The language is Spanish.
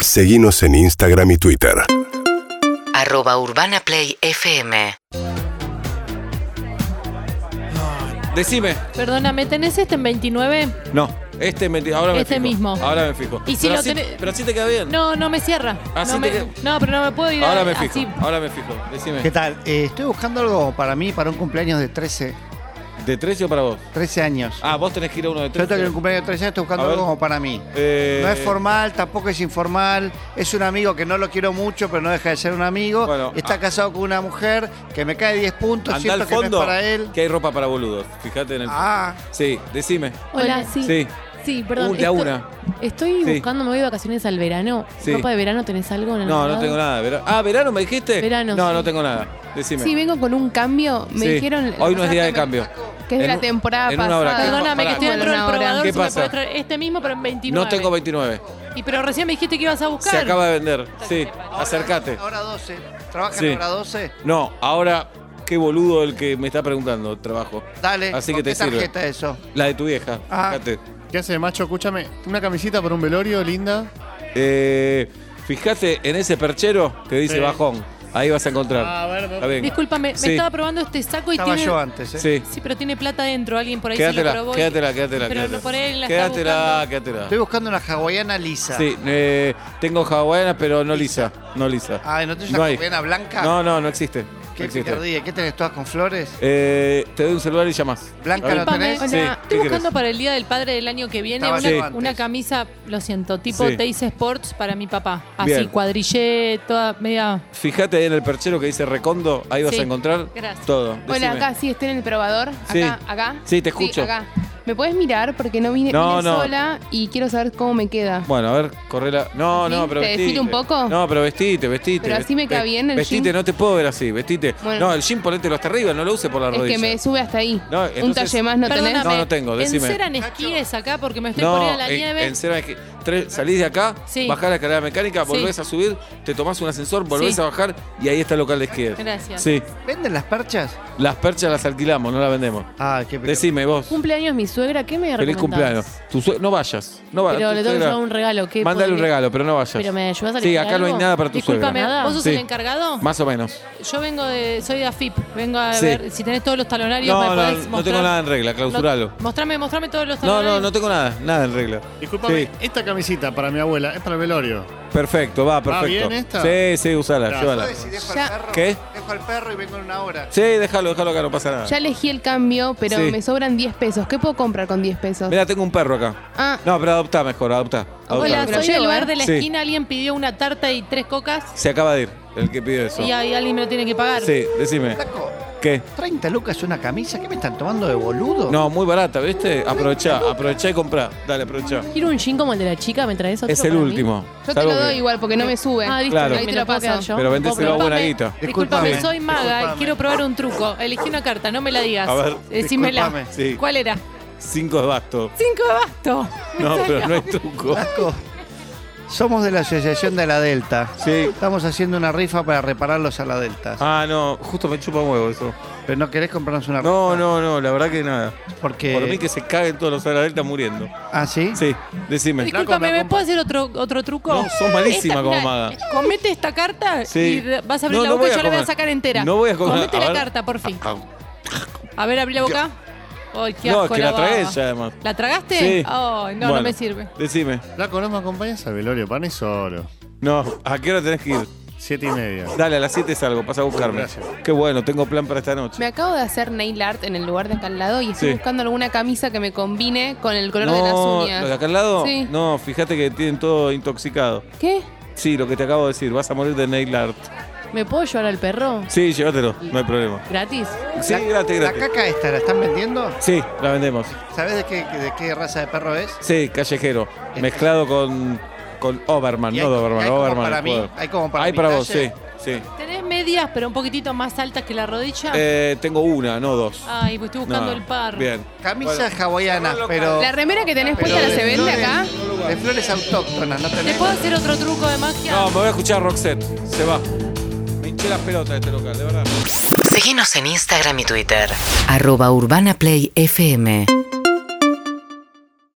Seguimos en Instagram y Twitter. Arroba Urbana Play FM. Decime. Perdóname, ¿tenés este en 29? No. Este me, ahora me Este fijo. mismo. Ahora me fijo. Y si pero, lo así, tenés- pero así te queda bien. No, no me cierra. Así no, me- Ah, te que- no, pero no me puedo ir ahora me fijo. así. Ahora me fijo. Decime. ¿Qué tal? Eh, estoy buscando algo para mí, para un cumpleaños de 13, ¿De 13 o para vos? 13 años. Ah, vos tenés que ir a uno de Yo 13. tengo un cumpleaños de 13 años, estoy buscando A ver. algo como para mí. Eh, No es formal, tampoco es informal. Es un amigo que no lo quiero mucho, pero no deja de ser un amigo. Bueno, Está ah. casado con una mujer que me cae 10 puntos. Andá Siento al fondo. que no es para él. que hay ropa para boludos. Fíjate en el. Ah, Sí, decime. Hola, sí. Sí. Sí, perdón. Un de a esto- una. Estoy Sí. buscando, me voy de vacaciones al verano. Sí. ¿Ropa de verano tenés algo? en No, algún no lado? tengo nada. Vera- Ah, verano me dijiste. Verano, No, sí. no tengo nada. Decime. Sí, vengo con un cambio. Me Sí. dijeron. Hoy no es día de cambio. Que es de En la un- temporada en una hora. pasada. Perdóname que Pará. estoy dentro del Bueno, ahora. probador. ¿Qué si me pasa? podés traer este mismo, pero en 29. No tengo 29. Y pero recién me dijiste que ibas a buscar. Se acaba de vender. Sí, acércate. ahora 12. ¿Trabajan Sí. ahora 12? No, ahora qué boludo el que me está preguntando trabajo. Dale. Así ¿con que te qué sirve. tarjeta eso? La de tu vieja. Ah. Fíjate. ¿Qué hace, macho? Escúchame. Una camisita para un velorio, linda. Eh, fíjate en ese perchero que dice Sí. bajón. Ahí vas a encontrar. Ah, a ver, Está bien. Discúlpame, Sí. me estaba probando este saco y Estaba tiene. yo antes, ¿eh? Sí. Sí, pero tiene plata dentro. Alguien por ahí se lo Quédatela, probó. y- quédatela, quédatela. Pero quédatela. por ahí la está Quédatela, buscando. quédatela. Estoy buscando una hawaiana lisa. Sí, eh, tengo hawaiana, pero no lisa. No lisa. Ah, ¿no tenés No una hay. hawaiana blanca? No, no, no existe. No ¿Qué existe. picardía? ¿Qué tenés todas con flores? Eh, te doy un celular y llamás. Blanca A ver. ¿Lo no Discúlpame, tenés? Sí, hola. ¿qué Estoy buscando querés? para el día del padre del año que viene Estaba una, yo antes. una camisa, lo siento, tipo Sí. Teis Sports para mi papá. Así, Bien. cuadrillé, toda media. Fíjate ahí en el perchero que dice Recondo, ahí vas Sí. a encontrar Gracias. todo. Hola, Decime. acá sí, estoy en el probador. Acá, Sí. acá. Sí, te escucho. acá. ¿Me puedes mirar? Porque no vine, No, vine no. sola y quiero saber cómo me queda. Bueno, a ver, correla. No, ¿Sí? no, pero ¿Te vestite. desfilo un poco? No, pero vestite, vestite. Pero así me queda Ve- bien el Vestite, jean. no te puedo ver así, vestite. Bueno. No, el jean ponértelo hasta arriba, no lo use por la es rodilla. que me sube hasta ahí. No, un entonces- talle más no Perdóname. tenés. No, no tengo, decime. Enceran esquíes acá porque me estoy No, poniendo la en- nieve. en Cera es que tres- salís de acá, Sí. bajás la escalera mecánica, Sí. volvés a subir, te tomás un ascensor, volvés Sí. a bajar y ahí está el local de esquí. Gracias. Sí, ¿Venden las perchas? las perchas las alquilamos, no las vendemos. Ah, qué picardía. Decime vos, Cumpleaños mi suegra, ¿qué me feliz cumpleaños. recomendás? Tu sue- no vayas, no vayas. Pero tu le tengo que suegra- llevar un regalo. ¿qué Mándale un podría- regalo, pero no vayas. Pero me ayudas a Sí, elegir acá no hay algo? nada para tu Discúlpame, suegra. ¿vos sos Sí. el encargado? Más o menos. Yo vengo de. Soy de AFIP. Vengo a Sí. ver si tenés todos los talonarios. No, me no, podés no mostrar- tengo nada en regla, No- clausuralo. Mostrame, mostrame todos los No, no, talonarios. no tengo nada, nada en regla. Disculpame, Sí. esta camisita para mi abuela es para el velorio. Perfecto, va, perfecto. bien esta? Sí, sí, usala, Claro. llévala. ¿Sabes si dejo Ya. al perro? ¿Qué? Dejo al perro y vengo en una hora. Sí, déjalo, déjalo acá, no pasa nada. Ya elegí el cambio, pero Sí. me sobran 10 pesos. ¿Qué puedo comprar con 10 pesos? Mira, tengo un perro acá. Ah, No, pero adoptá mejor, adoptá. adoptá, Hola, adoptá. Pero soy llego, del bar ¿eh? de la Sí. esquina. Alguien pidió una tarta y tres cocas. Se acaba de ir el que pide eso. Y ahí alguien me lo tiene que pagar. Sí, decime. Flaco, ¿Qué? 30 lucas una camisa, ¿qué me están tomando de boludo? No, muy barata, ¿viste? Aprovechá, aprovechá y comprá. Dale, aprovechá. Quiero un jean como el de la chica, ¿me traes otro Es el para mí? último. yo te salvo lo doy que- igual porque no me sube. Ah, viste, Claro. ahí te lo puedo quedar yo. Pero vendéselo a buena guita. Disculpame, Disculpame. soy maga y Disculpame. quiero probar un truco. Elegí una carta, no me la digas. A ver. Decímela. Disculpame. Sí. ¿Cuál era? Cinco de basto. Cinco de basto. No, pero no es truco. Flaco, somos de la Asociación de la Delta. Sí. Estamos haciendo una rifa para repararlos a la Delta. Ah, no, justo me chupa un huevo eso. Pero no querés comprarnos una rifa. No, no, no, la verdad que nada. Porque... Por mí que se caguen todos los alas delta muriendo. ¿Ah, sí? Sí, decime. Disculpame, Flaco, ¿me la puedo hacer otro, otro truco? No, sos malísima como mirá, maga. Comete esta carta Sí. y re- vas a abrir No, la no boca voy y a yo la voy a comer. sacar entera. No voy a comer. Comete A la ver. carta, por fin. Ah, A ver, abrí la boca. Ay, qué No, es asco que la baba. tragué ya además. ¿La tragaste? Sí. Ay, no, no Bueno, me sirve. Decime. Flaco, ¿no me acompañas al velorio? Para mí solo. No, ¿a qué hora tenés que ir? Siete y media. Dale, a las 7 salgo, pasa a buscarme. Gracias. Qué bueno, tengo plan para esta Me noche. acabo de hacer nail art en el lugar de acá al lado y estoy Sí. buscando alguna camisa que me combine con el color de las No, uñas. ¿los de acá al lado? Sí. No, fíjate que tienen todo intoxicado. ¿Qué? Sí, lo que te acabo de decir, vas a morir de nail art. ¿Me puedo llevar al perro? Sí, llévatelo, no hay problema. ¿Gratis? Sí, gratis, ¿La gratis. caca esta la están vendiendo? Sí, la vendemos. ¿Sabés de qué, de qué raza de perro es? Sí, callejero, mezclado con, con Overman, Y no hay- Doberman, hay como Overman. para mí, hay como para Hay mi para vos, sí, talle. sí. ¿Tenés medias, pero un poquitito más altas que la rodilla? Eh, tengo una, no dos. Ah. Ay, pues estoy buscando No, el par. Bien. Camisas hawaianas, pero... ¿La remera que tenés puesta pero la se de vende flores- acá? De flores autóctonas, ¿no ¿Te tenés? puedo hacer otro truco de magia? No, me voy a escuchar a Roxette, se va. Me hinché las pelotas de este local, de verdad. Síguenos en Instagram y Twitter. Arroba Urbana Play FM.